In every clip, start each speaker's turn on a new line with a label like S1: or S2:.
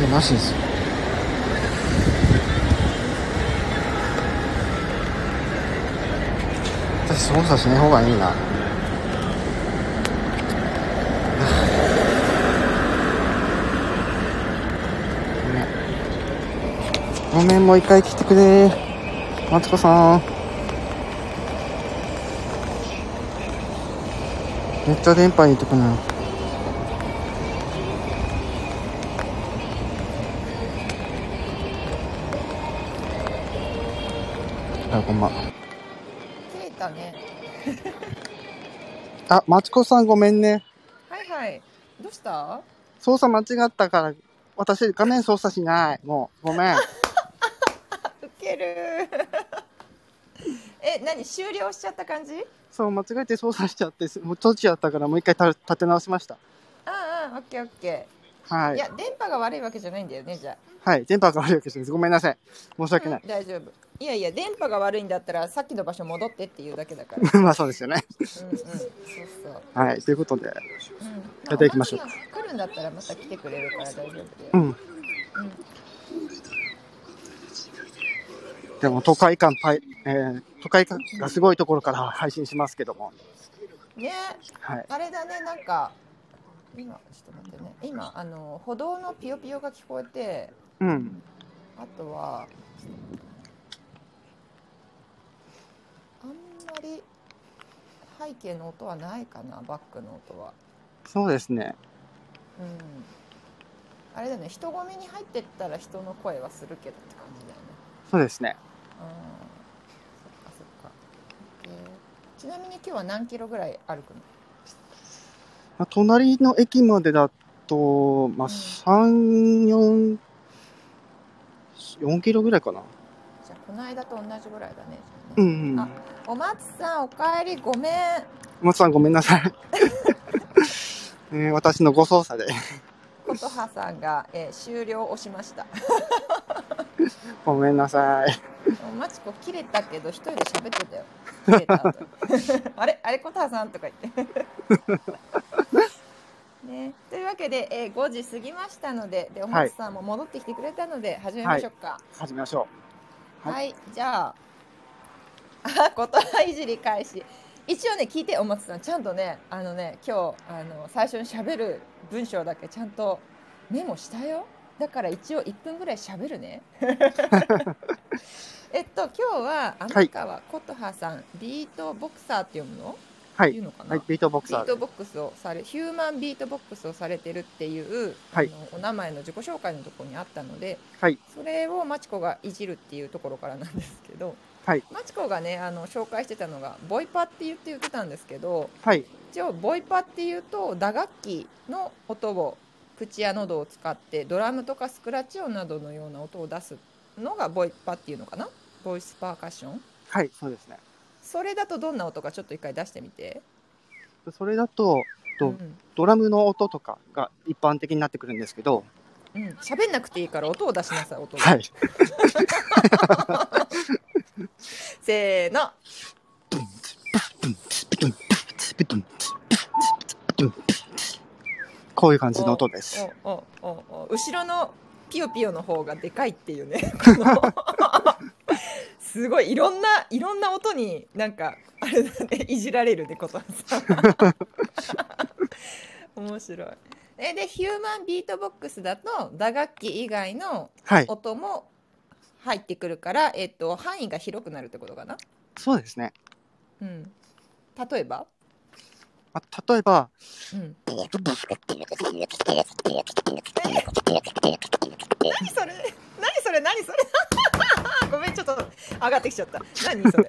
S1: いやなしですよ私操作しない方がいいなごめんごめんもう一回来てくれマツコさんめっちゃ電波いいとこなのあこんばん
S2: 切れたね。
S1: あマツコさんごめんね
S2: はいはい。どうした
S1: 操作間違ったから私画面操作しないもうごめん
S2: ウケる。 え、何終了しちゃった感じ
S1: そう間違えて操作しちゃってもう閉じちゃったからもう一回た立て直しました
S2: ああ、オッケーオッケ
S1: は
S2: ー。い
S1: い
S2: や、電波が悪いわけじゃないんだよね、じゃ
S1: はい電波が悪いわけですごめんなさい申し
S2: あ。
S1: 訳ない、
S2: うん大丈夫。いやいや、電波が悪いんだったら、さっきの場所戻ってっていうだけだか ら。
S1: まあそうですよね
S2: うんうん。そうそう。
S1: はいということで
S2: うんまあ
S1: やっていきましょう
S2: お祭りが来るんだったらまた来てくれるから大丈夫だよ。
S1: うん
S2: うん
S1: でも都会感パイ、えー都会感がすごいところから配信しますけども
S2: ね
S1: はい
S2: あれだね、なんか、今、ちょっと待ってね。今、あの、歩道のピヨピヨが聞こえて、
S1: うん
S2: あとはあんまり背景の音はないかなバックの音は
S1: そうですね
S2: うんあれだよね人混みに入ってったら人の声はするけどって感じだよね
S1: そうですね
S2: うんそっかそっか、でちなみに今日は何キロぐらい歩くの
S1: まあ隣の駅までだと、まあ、3、4、4キロぐらいかな。
S2: じゃあこの間と同じぐらいだね
S1: う
S2: じゃあね
S1: んうん
S2: あ。お松さんおかえりごめん
S1: 松さんごめんなさ い。えー私のご操作で。
S2: 琴葉さんが、えー終了を押しました
S1: ごめんなさい。
S2: マチコ切れたけど一人で喋ってたよ。切れた後 あれあれコタさんとか言って。 ね、というわけで、えー、5時過ぎましたのででお松さんも戻ってきてくれたので始めましょうか。
S1: 始めましょ
S2: は、
S1: はいい
S2: じゃあ あことはいじり開始一応ね聞いてお松さんちゃんとねあのね今日あの最初に喋る文章だけちゃんとメモしたよだから一応1分ぐらい喋 るねえっと今日は天川琴葉さん、ビートボクサーって読むの、
S1: は
S2: っ
S1: い
S2: ていうのか
S1: う。
S2: な、
S1: はい、ビートボク
S2: ビ
S1: サ
S2: ー
S1: ーで
S2: トボックスをされヒューマンビートボックスをされてるっていう、
S1: はい
S2: あのお名前の自己紹介のところにあったので、
S1: はい
S2: それをマチコがいじるっていうところからなんですけど、
S1: はい
S2: マチコがねあの紹介してたのがボイパって言って言ってたんですけど
S1: はい。
S2: 一応ボイパっていうと打楽器の音を口や喉を使ってドラムとかスクラッチ音などのような音を出すのがボイパっていうのかなボイスパーカッション
S1: はい、そうですね。
S2: それだとどんな音かちょっと一回出してみて。
S1: それだと、と
S2: うん
S1: ドラムの音とかが一般的になってくるんですけど、
S2: うん、喋んなくていいから音を出しなさい音を、
S1: はい。
S2: せーの
S1: こういう感じの音です。
S2: おおおお後ろのピヨピヨの方がでかいっていうねすごいいろんないろんな音になんかあれだねいじられるねことは さ面白いえでヒューマンビートボックスだと打楽器以外の
S1: はい。
S2: 音も入ってくるから、えっと、範囲が広くなるってことかな、
S1: そうですね。
S2: うん、例えば、
S1: あ例えば、
S2: うん、何それ何それ何それ ごめんちょっと上がってきちゃった何 それ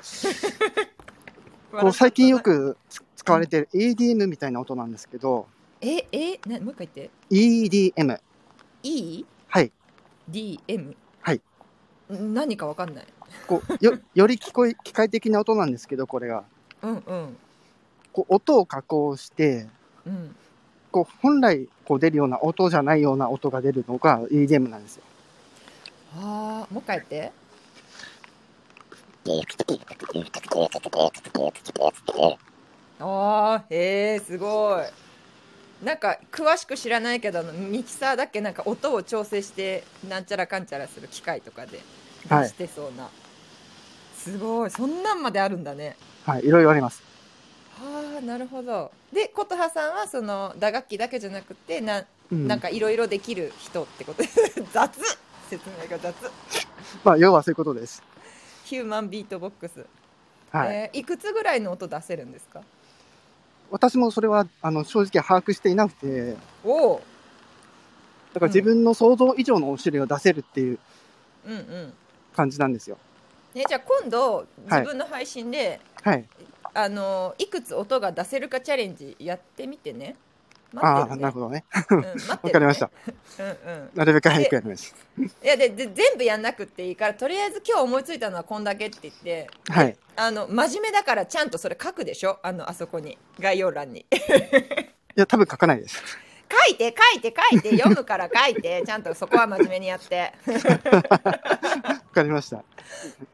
S1: こう最近よくつ使われてる EDM みたいな音なんですけど、
S2: ええなもう一回言って
S1: EDM。
S2: E
S1: はい
S2: DM
S1: はい
S2: 何かわかんない
S1: こう よより聞こえ機械的な音なんですけどこれが
S2: うんうん
S1: こう音を加工して
S2: うん
S1: こう本来こう出るような音じゃないような音が出るのが EDM なんですよ。
S2: あーもう一回言ってあーへえすごいなんか詳しく知らないけどあのミキサーだっけなんか音を調整してなんちゃらかんちゃらする機械とかで
S1: はい
S2: 出してそうな、すごいそんなんまであるんだね
S1: はい、いろいろあります。
S2: はあなるほどで琴葉さんはその打楽器だけじゃなくてな
S1: うん、
S2: なんかいろいろできる人ってことです 雑説明が雑
S1: まあ、要はそういうことです。
S2: ヒューマンビートボックス、
S1: はい。
S2: えーいくつぐらいの音出せるんですか
S1: 私もそれは、あの、正直把握していなくて、
S2: おお
S1: だから自分の想像以上のお種類を出せるっていう
S2: うんうん
S1: 感じなんですよ。
S2: ね、じゃあ今度
S1: はい
S2: 自分の配信で、
S1: はい。
S2: あのいくつ音が出せるかチャレンジやってみてね。
S1: あ
S2: 待
S1: あ、
S2: ってるね
S1: なるほどね。
S2: うん待ってるね
S1: わかりました。
S2: うんうん。
S1: なるべく早くやります。
S2: いやでで全部やんなくていいからとりあえず今日思いついたのはこんだけって言って
S1: はい。
S2: あの真面目だからちゃんとそれ書くでしょあのあそこに概要欄に
S1: い や、多分書かないです。
S2: 書いて書いて書いて読むから書いてちゃんとそこは真面目にやって
S1: わかりました。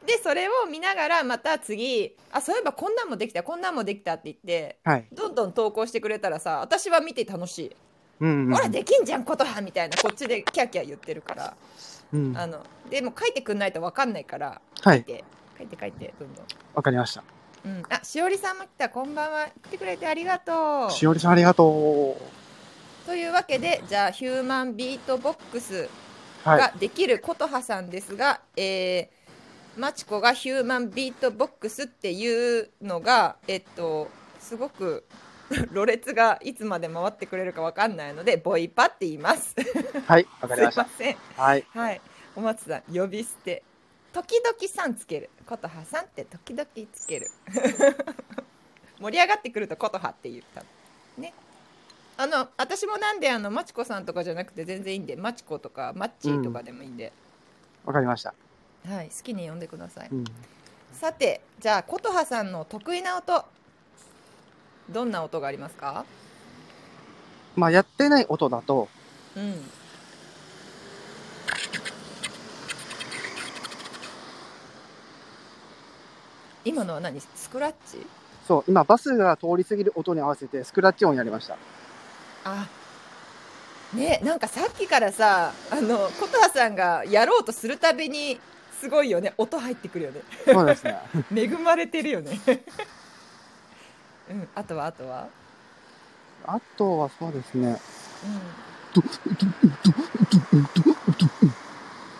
S2: でそれを見ながらまた次あそういえばこんなんもできたこんなんもできたって言って
S1: はい。
S2: どんどん投稿してくれたらさ私は見て楽しい
S1: うん、うん。
S2: ほらできんじゃんことはみたいなこっちでキャーキャー言ってるから
S1: うん、
S2: あのでも書いてくんないと分かんないから
S1: は
S2: 書い
S1: い。
S2: て書いて書いてどんどん、
S1: わかりました。
S2: うん、あしおりさんも来たこんばんは来てくれてありがと
S1: し
S2: う
S1: おりさんありがと
S2: というわけでじゃあヒューマンビートボックス
S1: う。はい。
S2: ができることはさんですが、えー、まちこがヒューマンビートボックスっていうのがえっとすごく ろれつがいつまで回ってくれるか分かんないのでボイパって言います。す
S1: はい。わかり
S2: い
S1: ま
S2: ま
S1: した。
S2: せん
S1: はい。
S2: はい、お松さん呼び捨て。時々さんつける。ことはさんって時々つける。 盛り上がってくるとことはって言った。ね。あの私もなんであのまちこさんとかじゃなくて全然いいんでまちことかまっちーとかでもいいんで、
S1: わかりました。
S2: はい好きに呼んでください。
S1: うん。
S2: さてじゃあことはさんの得意な音どんな音がありますか？
S1: まあ、やってない音だと、
S2: うん。今のは何スクラッチ
S1: そう、今バスが通り過ぎる音に合わせてスクラッチ音やりました。
S2: あねなんかさっきからさあの琴葉さんがやろうとするたびにすごいよね音入ってくる よね
S1: そうです ね。
S2: 恵まれてるよね うんあとはあとは
S1: あとはそうですね。
S2: うん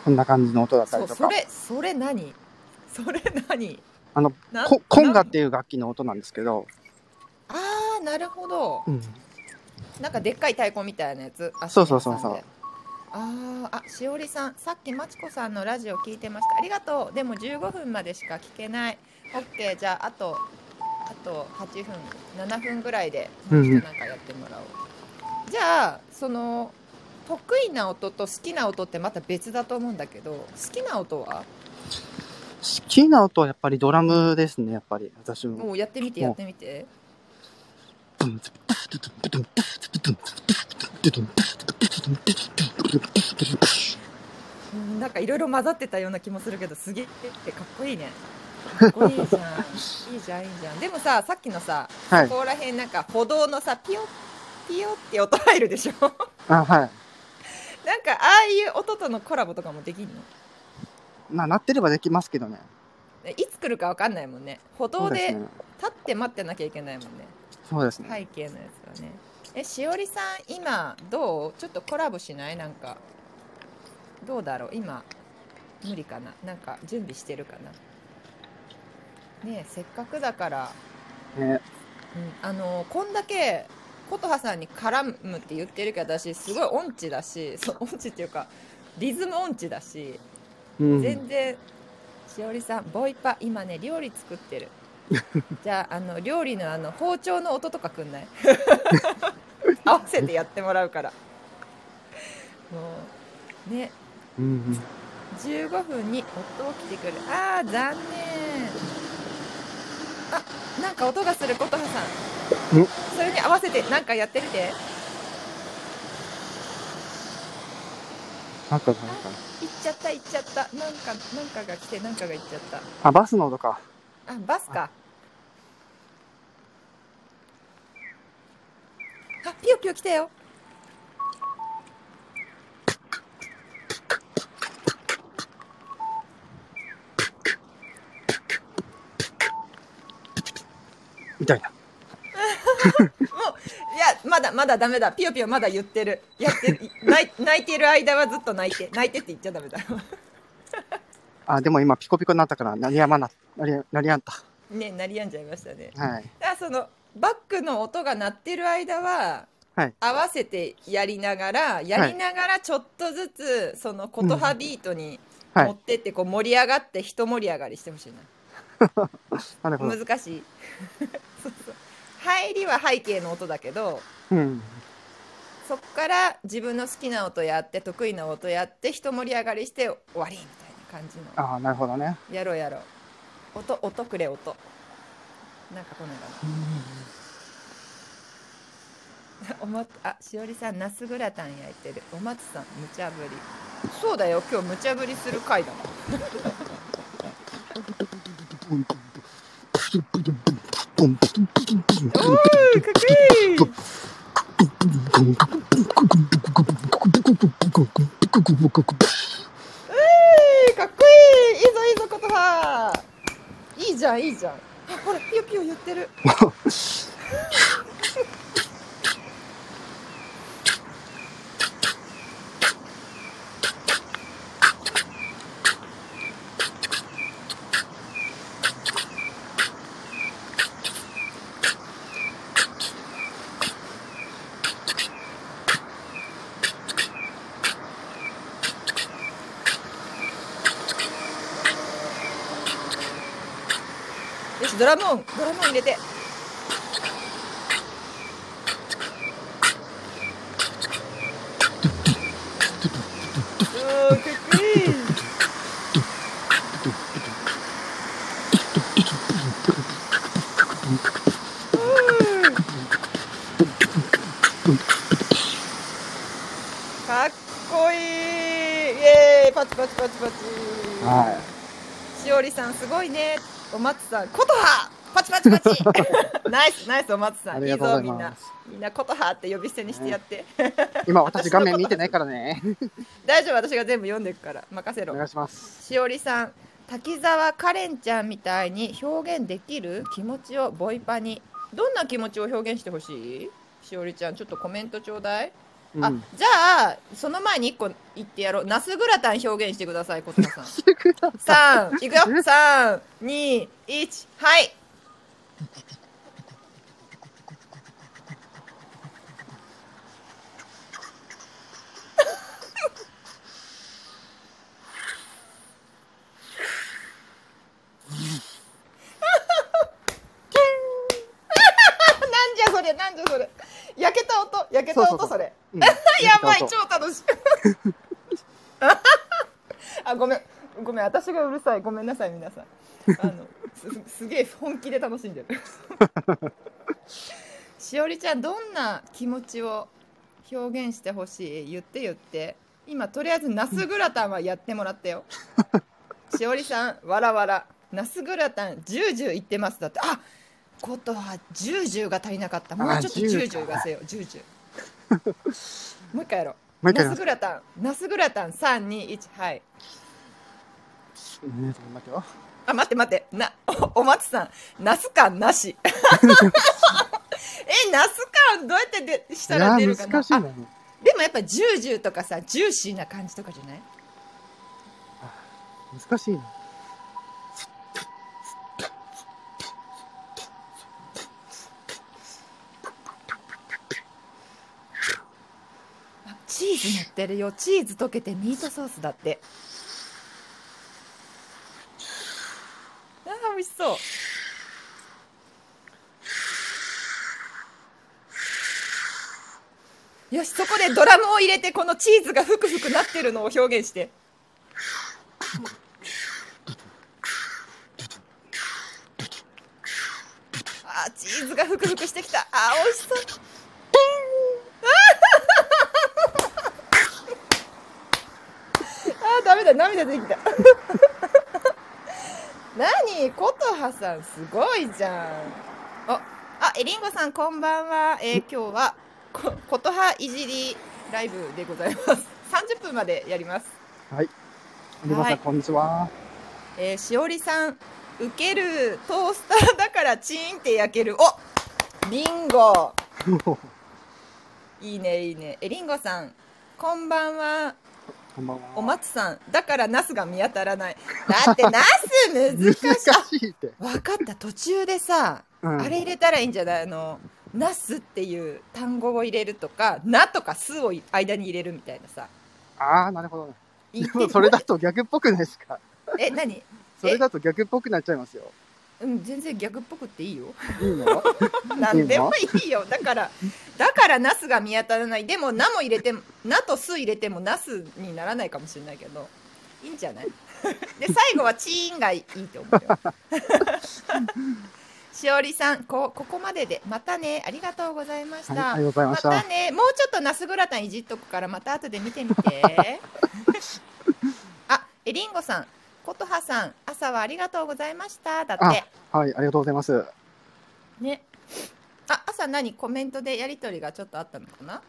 S1: こんな感じの音だった
S2: そ
S1: り
S2: う
S1: と
S2: そ
S1: か。
S2: れそれ何それ何
S1: あの、
S2: な
S1: こコンガっ
S2: な
S1: ていう楽器の音なんですけど、
S2: ああなるほど
S1: うん、
S2: なんかでっかい太鼓みたいなやつ。あ
S1: そうそうそうそう。
S2: ああ、あ、しおりさん、さっきまちこさんのラジオ聞いてました。ありがとう。でも15分までしか聞けない。オッケー、じゃあ、あと、あと8分、7分ぐらいで、
S1: うん
S2: な
S1: うん
S2: んかやってもらおう。じゃあ、その、得意な音と好きな音ってまた別だと思うんだけど、好きな音は
S1: 好きな音はやっぱりドラムですね、やっぱり。私も。
S2: もうやってみて、やってみて。うんなんかいろいろ混ざってたような気もするけどすげえってかっこい いねかっこいいじゃんいいじゃんいいじゃんでもささっきのさ
S1: はい。
S2: ここら辺なんか歩道のさピヨッピヨッって音入るでしょ
S1: あ、はい。
S2: なんかああいう音とのコラボとかもできんの
S1: まあ、なってればできますけどね。
S2: いつ来るかわかんないもんね歩
S1: そ
S2: 道
S1: うです
S2: で
S1: ね。
S2: 立って待ってなきゃいけないもんね
S1: そうですね。
S2: 背景のやつはねえしおりさん今どうちょっとコラボしないなんかどうだろう今無理かななんか準備してるかなねえせっかくだから、
S1: ね
S2: うん、あのこんだけ琴葉さんに絡むって言ってるけど私すごい音痴だしそう音痴っていうかリズム音痴だし
S1: うん、
S2: 全然、しおりさんボイパ今ね料理 作ってるじゃああの料理のあの包丁の音とかく んない合わせてやってもらうからもうね
S1: うんうん
S2: 15分に夫を来てくるあー残念あなんか音がすることはさん
S1: ん
S2: それに合わせてなんかやってみて
S1: なんか、なんか。
S2: 行っちゃった行っちゃったなんかなんかが来てなんかが行っちゃった
S1: あ、バスの音か。
S2: あバスか。あピヨピヨ来たよ。
S1: みたいな。
S2: いや、まだまだダメだ。ピヨピヨまだ言ってる。やって る。い泣い泣いてる間はずっと泣いて。泣いてって言っちゃダメだ。
S1: あ、でも今ピコピコになったから、鳴りやまな、鳴り鳴りやんだ。
S2: ね、鳴りやんじゃいましたね。
S1: はい。
S2: だからそのバックの音が鳴ってる間は、
S1: はい
S2: 合わせてやりながらやりながらちょっとずつその琴葉ビートに
S1: はい
S2: 持ってってこう盛り上がって一盛り上がりしてほしいな、
S1: なるほど。
S2: 難しい そうそう入りは背景の音だけど
S1: うん。
S2: そこから自分の好きな音やって得意な音やって一盛り上がりして終わりみたいな感じの
S1: ああ、なるほどね。
S2: やろうやろう音音くれ音なんかこんなのかな おもあしおりさんナスグラタン焼いてるお松さん無茶ぶりそうだよ今日無茶ぶりする回 だもんおーかっこいいえーかっこいいいいぞいいぞことはいいじゃんいいじゃんあほらピヨピヨ言ってるよしドラム音ドラム音入れておーかっこいいうんかっこいいイエーイパチパチパチパチ
S1: は
S2: しおりさんすごいねお松さんことはパチパチパ チナイスナイスお松さ
S1: あ
S2: ん
S1: り
S2: いい
S1: がとうご
S2: ぞ
S1: ざい
S2: みんな
S1: ます。
S2: みんなことはって呼び捨てにしてやって、
S1: 今私画面見てないから ね。
S2: 大丈夫私が全部読んでいくから任せ
S1: お
S2: ろ
S1: 願いします。
S2: しおりさん滝沢カレンちゃんみたいに表現できる気持ちをボイパにどんな気持ちを表現してほしいしおりちゃんちょっとコメントちょうだい、
S1: う
S2: あ
S1: ん。
S2: じゃあその前に1個言ってやろうナスグラタン表現してください小田さん三、いくよ。三、二、一、はい。 なんじゃそれ、なんじゃそれ。焼けた音、焼けた
S1: そうそうそ
S2: 音、
S1: う
S2: それ。
S1: うん
S2: やばい超楽しいあごめんごめん私がうるさいごめんなさい皆さんあのす すげえ本気で楽しんでる しおりちゃんどんな気持ちを表現してほしい言って言って今とりあえずナスグラタンはやってもらっ たよしおりさんわらわらナスグラタンジュージューいってますだってあことはジュージューが足りなかったもうちょっと
S1: あ
S2: ジ
S1: ジ
S2: ュ
S1: ュー
S2: ージ
S1: ジ
S2: ュ
S1: ュ
S2: ー
S1: ー
S2: がせよジュージュー もう一回やろう
S1: もう一回
S2: ナ
S1: やりま
S2: ス
S1: す
S2: グラタン、ナスグラタン、三二一、はい。
S1: うんちょっと待ってよ。
S2: あ、待って待って、な、お、お松さん、ナス感なし。 え、ナス感、どうやってで、し
S1: い
S2: た
S1: や
S2: ら出るか
S1: ー、
S2: な。
S1: 難しい
S2: あ
S1: ね。
S2: でもやっぱジュージューとかさ、ジューシーな感じとかじゃない。
S1: 難しいね。
S2: あチーズ乗ってるよ、チーズ溶けてミートソースだって。あー、美味しそう。よし、そこでドラムを入れて、このチーズがふくふくなってるのを表現して。あー、チーズがふくふくしてきた。あー、美味しそう。あー、ダメだ、涙出てきた。 何ことはさん、すごいじゃん。あ、あ、えりんごさん、こんばんは。えー今日は、こことはいじりライブでございます。30分ま でやります。
S1: リバさん、こんにちは。
S2: えー、しおりさん、受けるトースターだからチーンって焼ける。おリンゴ
S1: こ
S2: いいね、いいね。え、リンゴさん、こんばんは。
S1: んばん
S2: お
S1: は。
S2: 松さん、だからナスが見当たらない。だってナス 難
S1: 難
S2: しい。あ
S1: しいって。
S2: わかった、途中でさ、
S1: うん
S2: あれ入れたらいいんじゃないあの、ナスっていう単語を入れるとか、なとかすを間に入れるみたいなさ。
S1: ああ、なるほどね。
S2: 言っ
S1: で
S2: て
S1: もそれだと逆っぽくないですか。
S2: え、何
S1: それだと逆っぽくなっちゃいますよ。
S2: うん、全然逆っぽくっていいよ。
S1: いいの
S2: なんでもいいよ。だから、だからナスが見当たらない。でも、ナも入れても、ナとス入れてもナスにならないかもしれないけど、いいんじゃない で、最後はチーンがいいと思う よ。しおりさん、こ、ここまでで。またね。ありがとうございました。
S1: はい、ありがとうございま
S2: ま
S1: した。
S2: たね、もうちょっとナスグラタンいじっとくから、また後で見てみて。 あ、えりんごさん、ことはさん、朝はありがとうございました。だって。
S1: はい、ありがとうございます。
S2: ね。あ、朝何コメントでやりとりがちょっとあったのかな。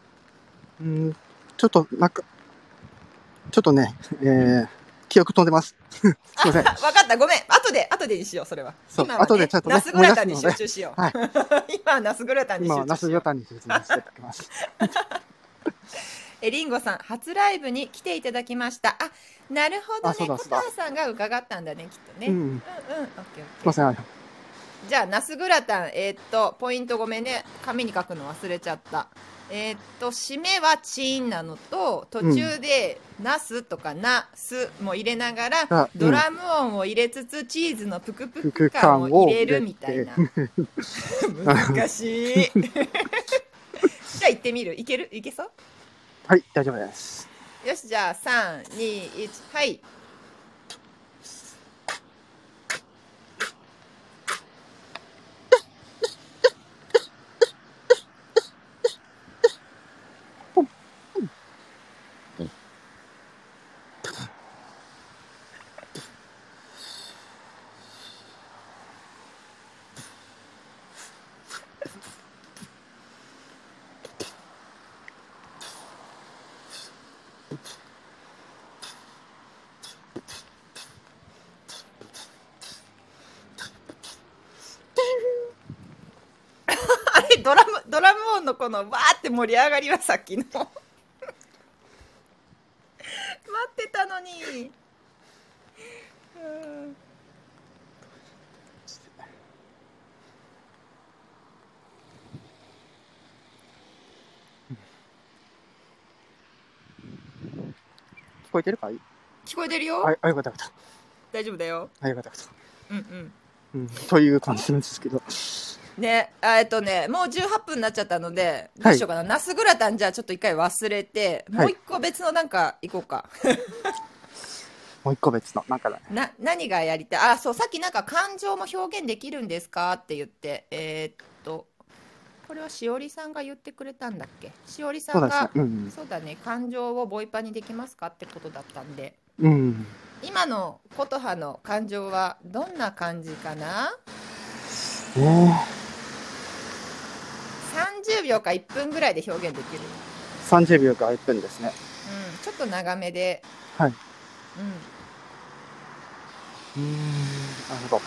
S1: うん、ちょっと、なんか、ちょっとね、えー、記憶飛んでます。 すい ません。
S2: あ、わかった、ごめん、後で、後でにしよう、それは。
S1: そう
S2: 今は
S1: 後でちゃんとね
S2: ナスグラタンに
S1: 思い出す
S2: 集中しよう。
S1: は
S2: 今はナスグラタンに
S1: 今
S2: 集
S1: は
S2: 中
S1: ナ
S2: し
S1: ス
S2: よ
S1: ヨ
S2: う。
S1: タンに説明していきます。
S2: えりんごさん、初ライブに来ていただきました。あ、なるほど
S1: あそ
S2: ね、
S1: うだ
S2: コ
S1: そう
S2: タ
S1: だ
S2: ーさんが伺ったんだね、きっとね。
S1: う
S2: うん、うん、オッ
S1: ん、す
S2: ケ
S1: い
S2: ー、オッケー
S1: ま。せん。
S2: じゃあ、ナスグラタン、えーっと、ポイントごめんね、紙に書くの忘れちゃった。えーっと、締めはチーンなのと、途中で、ナスとかナスも入れながら、
S1: あうん
S2: ドラム音を入れつつ、チーズのプクプク感を入れるみたいな。難しい。 じゃあ、行ってみる。いけるいけそう
S1: はい、大丈夫です。
S2: よし、じゃあ、3、2、1、はい。あれ、ドラム、ドラム音のこの、わーって盛り上がりはさっきの。 待ってたのに。うん
S1: 聞こえてるかい
S2: 聞こえてるよ、
S1: ああ、よかったよかっ
S2: 大丈夫だよ。
S1: た。あ、よかったよかっ
S2: うんうん。
S1: た。うん、という感じなんですけど。
S2: ね、あえっとね、もう18分になっちゃったので、ど
S1: はいう
S2: しようかな。ナスグラタンじゃあちょっと一回忘れて、も
S1: はいう
S2: 一個別のなんか行こうか。
S1: もう一個別の、なんかね。
S2: な、何がやりたいあ、そう、さっきなんか感情も表現できるんですかって言って、えーっと、これはしおりさんが言ってくれたんだっけしおりさ
S1: そうんです
S2: が
S1: ね。、うん。
S2: そうだね、感情をボイパにできますかってことだったんで、
S1: うん。
S2: 今の琴葉の感情はどんな感じかな
S1: ね
S2: ?30 秒か1分ぐらいで表現できる。
S1: え30秒か1分ですね。
S2: うん、ちょっと長めで。
S1: はい
S2: うん。
S1: うーん、なるほど。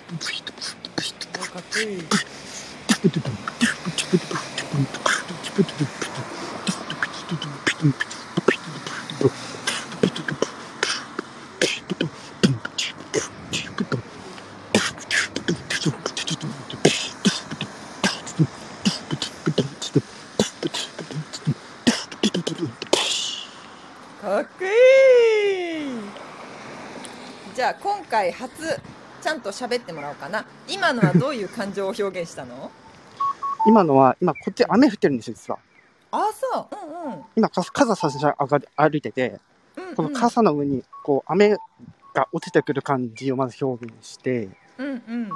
S2: かっこいい。かっこいいじゃあ今回初ちゃんと喋ってもらおうかな今のはどういう感情を表現したの
S1: 今のは、今こっち雨降ってるんですよ、実は。
S2: あそううんうん
S1: 今、か傘さし上がり歩いてて、
S2: うんうん
S1: この傘の上に、こう、雨が落ちてくる感じをまず表現して、
S2: うんうん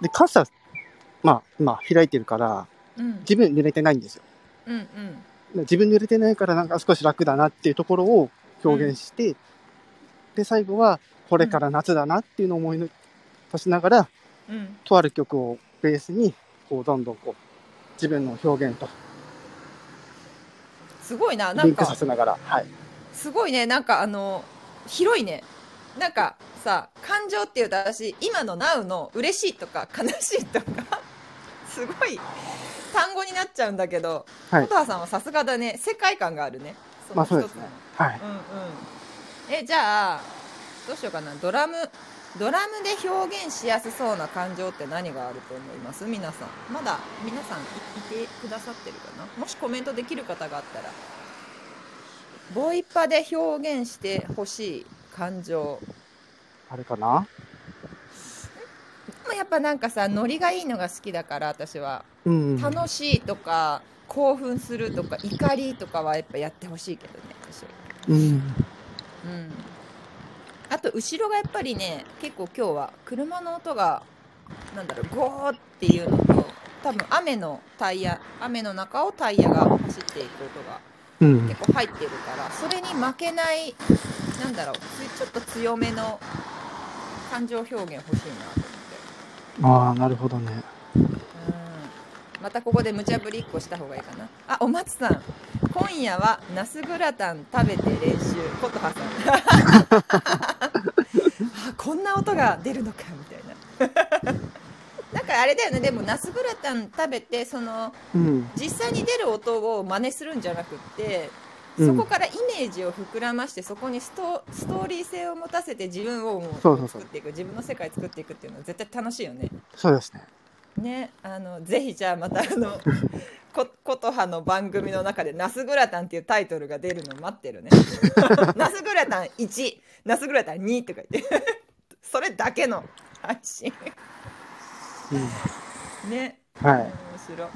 S1: で、傘、まあ、今開いてるから、
S2: うん
S1: 自分濡れてないんですよ。
S2: うんうん
S1: 自分濡れてないからなんか少し楽だなっていうところを表現して、で、最後は、これから夏だなっていうのを思い出しながら、
S2: うん
S1: とある曲をベースに、こう、どんどんこう、自分の表現と
S2: すごいなな
S1: リ
S2: ん
S1: ンクさ
S2: か
S1: せながら、はい。
S2: すごいねなんかあの広いねなんかさ感情っていうと私今の Now の嬉しいとか悲しいとか すごい単語になっちゃうんだけど
S1: はい
S2: 琴葉、さんはさすがだね世界観があるねそ
S1: ま
S2: の
S1: あそう
S2: 一
S1: で
S2: つ
S1: す
S2: の
S1: ねはい。
S2: うんうんえじゃあどうしようかなドラムドラムで表現しやすそうな感情って何があると思います皆さんまだ皆さんいいてくださってるかなもしコメントできる方があったらボイパで表現してほしい感情
S1: あれかな
S2: でもやっぱなんかさノリがいいのが好きだから私は
S1: うん。
S2: 楽しいとか興奮するとか怒りとかはやっぱやってほしいけどね私は
S1: うん。
S2: うん、あと後ろがやっぱりね結構今日は車の音がなんだろうゴーっていうのと多分雨のタイヤ雨の中をタイヤが走っていく音が
S1: うん。
S2: 結構入ってるからそれに負けないなんだろうつちょっと強めの感情表現欲しいなと思
S1: ああ、なるほどね。
S2: って、うん、またここで無茶ぶり1個した方がいいかなあお松さん今夜はナスグラタン食べて練習琴葉さん あこんな音が出るのかみたいな なんかあれだよねでもナスグラタン食べてその
S1: うん。
S2: 実際に出る音を真似するんじゃなくって
S1: う
S2: そ
S1: ん
S2: こからイメージを膨らましてそこにストストーリー性を持たせて自分をも
S1: そうそうそう
S2: 作っていく自分の世界作っていくっていうのは絶対楽しいよね。
S1: そうですね。
S2: ねあのぜひじゃあまたあのこ琴葉の番組の中で「ナスグラタン」っていうタイトルが出るの待ってるね。ナスグラタン1ナスグラタン2とか言って それだけの配信
S1: うん。
S2: ね
S1: はい。
S2: 面白い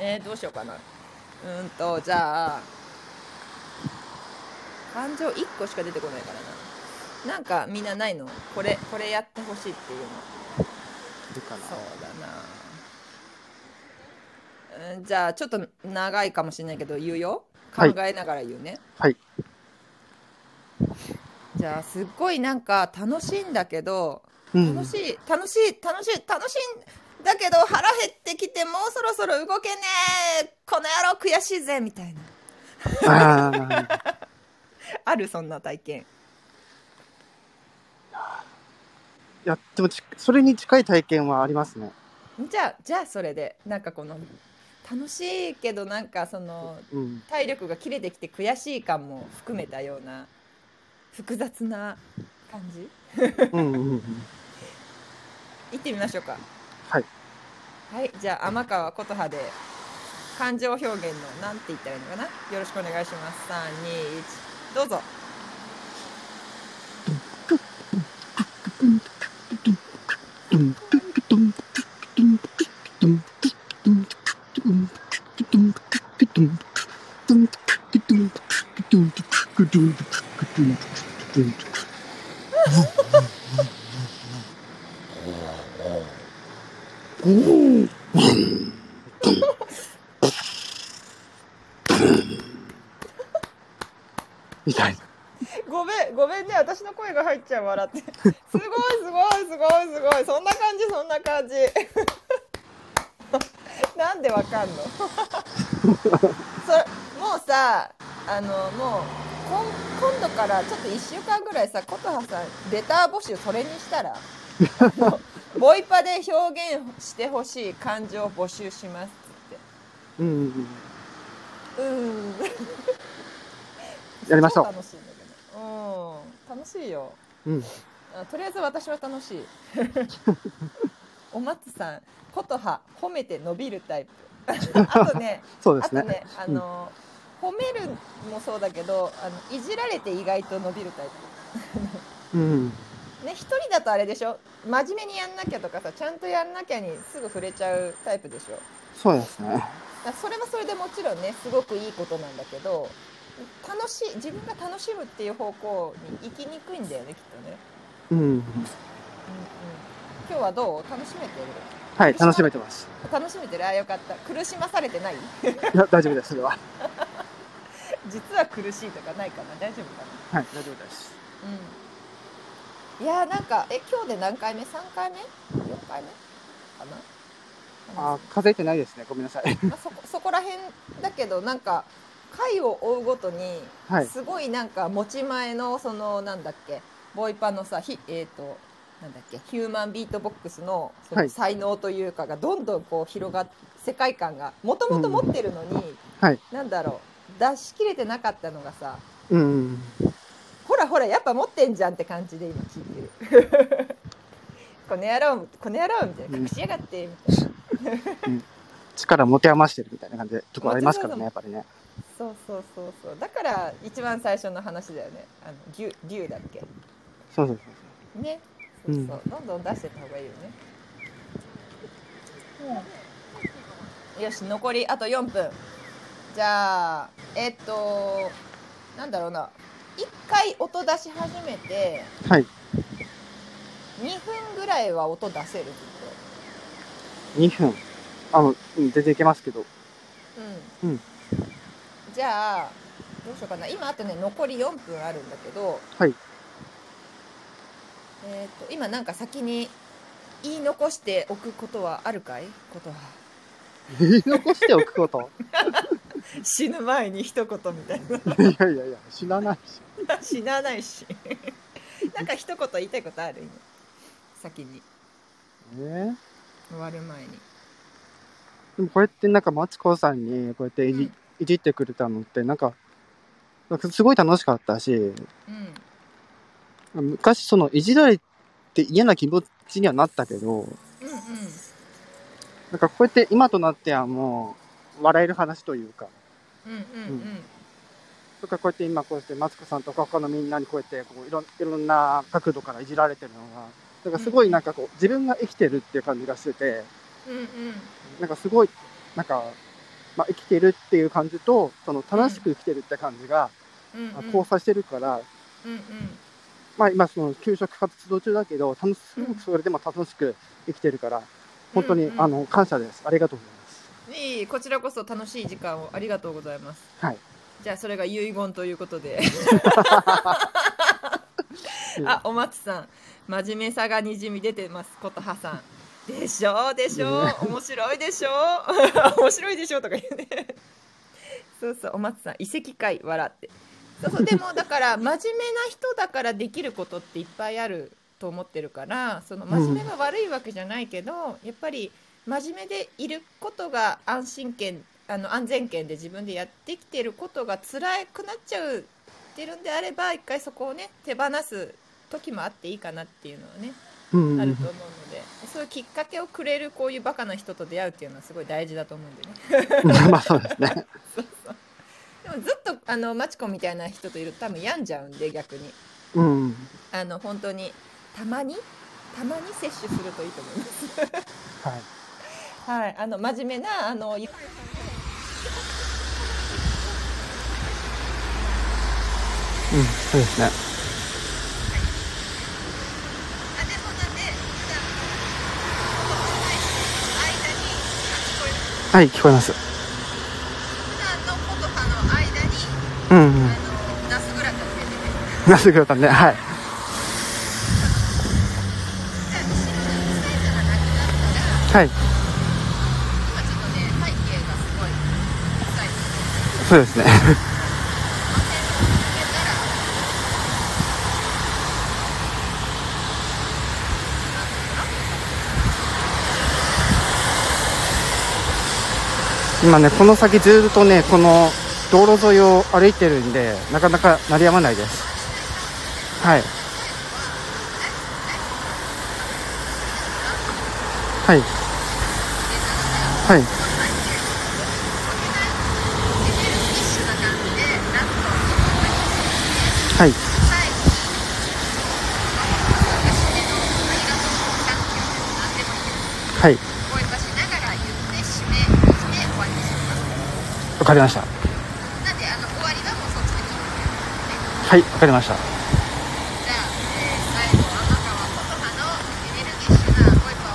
S2: えーどうしようかなうーんとじゃあ感情1個しか出てこないからななんかみんなないのこれこれやってほしいっていうの
S1: いるかな
S2: そうだなうんじゃあちょっと長いかもしれないけど言うよ考
S1: はい
S2: えながら言うね
S1: はい
S2: じゃあすっごいなんか楽しいんだけど
S1: うん
S2: 楽しい楽しい楽しい楽しいんだけど腹減ってきてもうそろそろ動けねえこの野郎悔しいぜみたいな
S1: あー
S2: あるそんな体験
S1: いや、でもち、それに近い体験はありますね。
S2: じゃあじゃあそれでなんかこの楽しいけどなんかその
S1: うん。
S2: 体力が切れてきて悔しい感も含めたような複雑な感じ
S1: うんうんうん。
S2: 行ってみましょうか
S1: はい
S2: はいじゃあ天川琴葉で感情表現のなんて言ったらいいのかなよろしくお願いします321どうぞ
S1: みたいな。
S2: ごめんごめんね私の声が入っちゃう笑ってすごいすごいすごいすごいそんな感じそんな感じ なんでわかんの そもうさあのもう今今度からちょっと1週間ぐらいさ琴葉さんレター募集それにしたらあのボイパで表現してほしい感情を募集しますって
S1: うんうんうん。
S2: 言ってうん
S1: やりましょ
S2: 超楽しいんだけどうん楽しいよ
S1: う。うん。
S2: あとりあえず私は楽しいお松さん琴葉褒めて伸びるタイプ あとね
S1: そうで
S2: あ
S1: す
S2: と
S1: ね。
S2: ねあの、褒めるもそうだけどあのいじられて意外と伸びるタイ
S1: うん。
S2: プね一人だとあれでしょ真面目にやんなきゃとかさちゃんとやんなきゃにすぐ触れちゃうタイプでしょ
S1: そうですね。
S2: だからそれはそれでもちろんねすごくいいことなんだけど楽しい自分が楽しむっていう方向に行きにくいんだよねきっとね、
S1: うん。
S2: うんうん、今日はどう楽しめてる
S1: はい、楽しめてます。
S2: 楽しめてるあよかった苦しまされてない
S1: いや、大丈夫です、それは。
S2: 実は苦しいとかないかな大丈夫か
S1: はい、大丈夫です。
S2: なうんいやーなんかえ今日で何回目三回目四回目かな
S1: あ、数えてないですね。ごめんなさい。
S2: まあ、そこそこら辺だけどなんか回を追うごとに、
S1: はい
S2: すごいなんか持ち前のそのなんだっけボイパのさひえっ、となんだっけヒューマンビートボックスのそ
S1: は
S2: の
S1: い
S2: 才能というかがどんどんこう広がっ世界観がもともと持ってるのに、
S1: はい
S2: なんだろう出し切れてなかったのがさ
S1: うん。
S2: ほらほらやっぱ持ってんじゃんって感じで今聞いてる。 この野郎この野郎みたいな隠しやがってみたいな。
S1: 力持て余してるみたいな感じで、とこありますからね、
S2: 持
S1: やっぱりね。
S2: そうそうそうそうだから一番最初の話だよねあの竜竜だっけ
S1: そうそうそう。
S2: ねそうそう、どんどん出してった方がいいよね、よし残りあと4分じゃあえっとなんだろうな一回音出し始めて
S1: はい。
S2: 2分ぐらいは音出せるずっ
S1: 2分。あの、うん全然いけますけど。
S2: と
S1: うん
S2: じゃあどうしようかな今あとね残り4分あるんだけど
S1: はい。
S2: えー、と今なんか先に言い残しておくことはあるかいことは
S1: 言い 残しておくこと。
S2: 死ぬ前に一言みたい
S1: いやいやいや、知らないし。
S2: な 死なないし なんか一言言いたいことある今先に
S1: ね
S2: 終わる前に
S1: でもこうやってなんかマツコさんにこうやっていじ,、
S2: うん
S1: いじってくれたのってなんかなんかすごい楽しかったし
S2: うん
S1: 昔そのいじられて嫌な気持ちにはなったけど
S2: うん
S1: なんかこうやって今となってはもう笑える話というか
S2: うんうんうんうん
S1: とかこうやって今こうやってマツコさんとか他のみんなにこうやってこういろんいろんな角度からいじられてるのがなんかすごいなんかこう自分が生きてるっていう感じがしてて
S2: うんうん
S1: なんかすごいなんか、まあ、生きてるっていう感じとその楽しく生きてるって感じが、
S2: うんうん
S1: まあ交差してるから、
S2: うんうん
S1: まあ今その給食活動中だけど、楽しすごくそれでも楽しく生きてるから、本当に、
S2: うんうん
S1: あの、感謝です。ありがとうございます。
S2: いいこちらこそ楽しい時間をありがとうございます
S1: はい
S2: じゃあそれが遺言ということで
S1: うん
S2: あ、お松さん、真面目さがにじみ出てます、ことはさん。でしょう、でしょう、面白いでしょう、 面白いでしょうとか言うね。そうそう、お松さん、遺跡会笑って。そうそう、でも、だから、真面目な人だから、できることっていっぱいあると思ってるから。その真面目が悪いわけじゃないけど、やっぱり真面目でいることが安心圏。あの安全圏で自分でやってきてることが辛くなっちゃうってるんであれば一回そこをね手放す時もあっていいかなっていうのはね、
S1: うん
S2: あると思うのでそういうきっかけをくれるこういうバカな人と出会うっていうのはすごい大事だと思うんでね
S1: まあそうですね。
S2: そうそうでもずっとあのマチコみたいな人といると多分病んじゃうんで逆に
S1: うん。
S2: あの本当にたまにたまに摂取するといいと思います
S1: はい。
S2: はい、あの真面目なあの。
S1: うん、そうですね。
S2: あでそうなんで普段音がない間に聞こえる
S1: はい、聞こえます。
S2: 普段のことかの間に
S1: うん、 う
S2: あの
S1: ん。
S2: ナスグラタン入れてくれる。
S1: なすぐだったね。はい。
S2: じゃあ後ろのスペースがなくなったら、今ちょっとね、背景を変えて、あの、背
S1: はい。そうで
S2: 景がすごい、深いので、
S1: すね。
S2: この辺を抜けたら、
S1: 今ね、この先ずっとね、この道路沿いを歩いてるんで、なかなか鳴りやまないです。はい。はい。はい。
S2: エネルギッシュな感じで、ラップを
S1: はい。
S2: 最後に、私へのありがとう、サンキュー、なんでもいいです。
S1: はい。
S2: 声出しながら言って締め、して終わりにします。
S1: わかりました。
S2: なんで、あの、終わりがもうそっち
S1: はい、わかりました。
S2: じゃあ、えー最後は天川琴葉のエネルギッシュなボイパ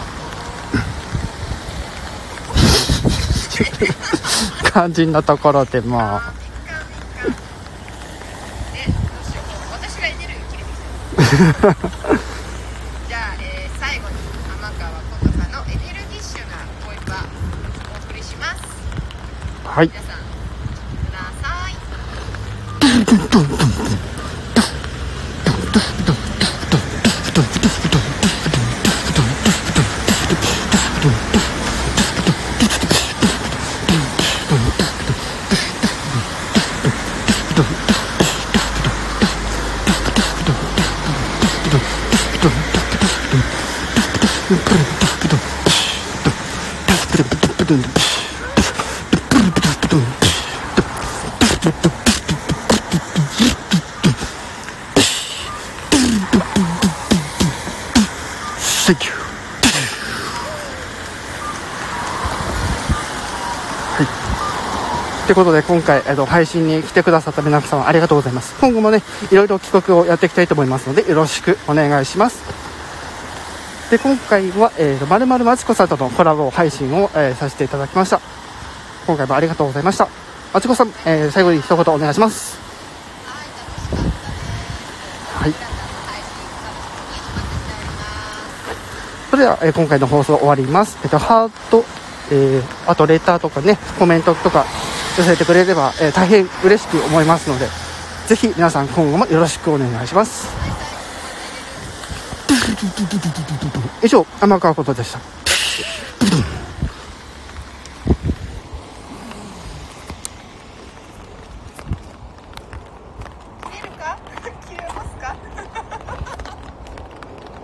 S2: を
S1: 肝心なところでもう、
S2: あー敏 感敏感ねどうしようもう私がエネルギー切れてきたじゃあ、えー最後に天川琴葉のエネルギッシュなボイパお送りします
S1: はい、
S2: 皆さんください
S1: セキュー。はい。ということで、今回、えっと、配信に来てくださった皆様、ありがとうございます。今後もね、いろいろ帰国をやっていきたいと思いますので、よろしくお願いします。で、今回は、えっと、まるまるまちこさんとのコラボ配信を、えーさせていただきました。今回もありがとうございました。まちこさん、えー最後に一言お願いします。
S2: はい
S1: はい
S2: 楽しかったね皆さんの配信楽しみ
S1: そ
S2: に待ってております
S1: れでは、えー今回の放送終わります。えっと、ハート、えーあとレターとかね、コメントとか寄せてくれれば、えー大変嬉しく思いますので、ぜひ皆さん今後もよろしくお願いします。以上、天川ことでした。
S2: 切れるか切れますか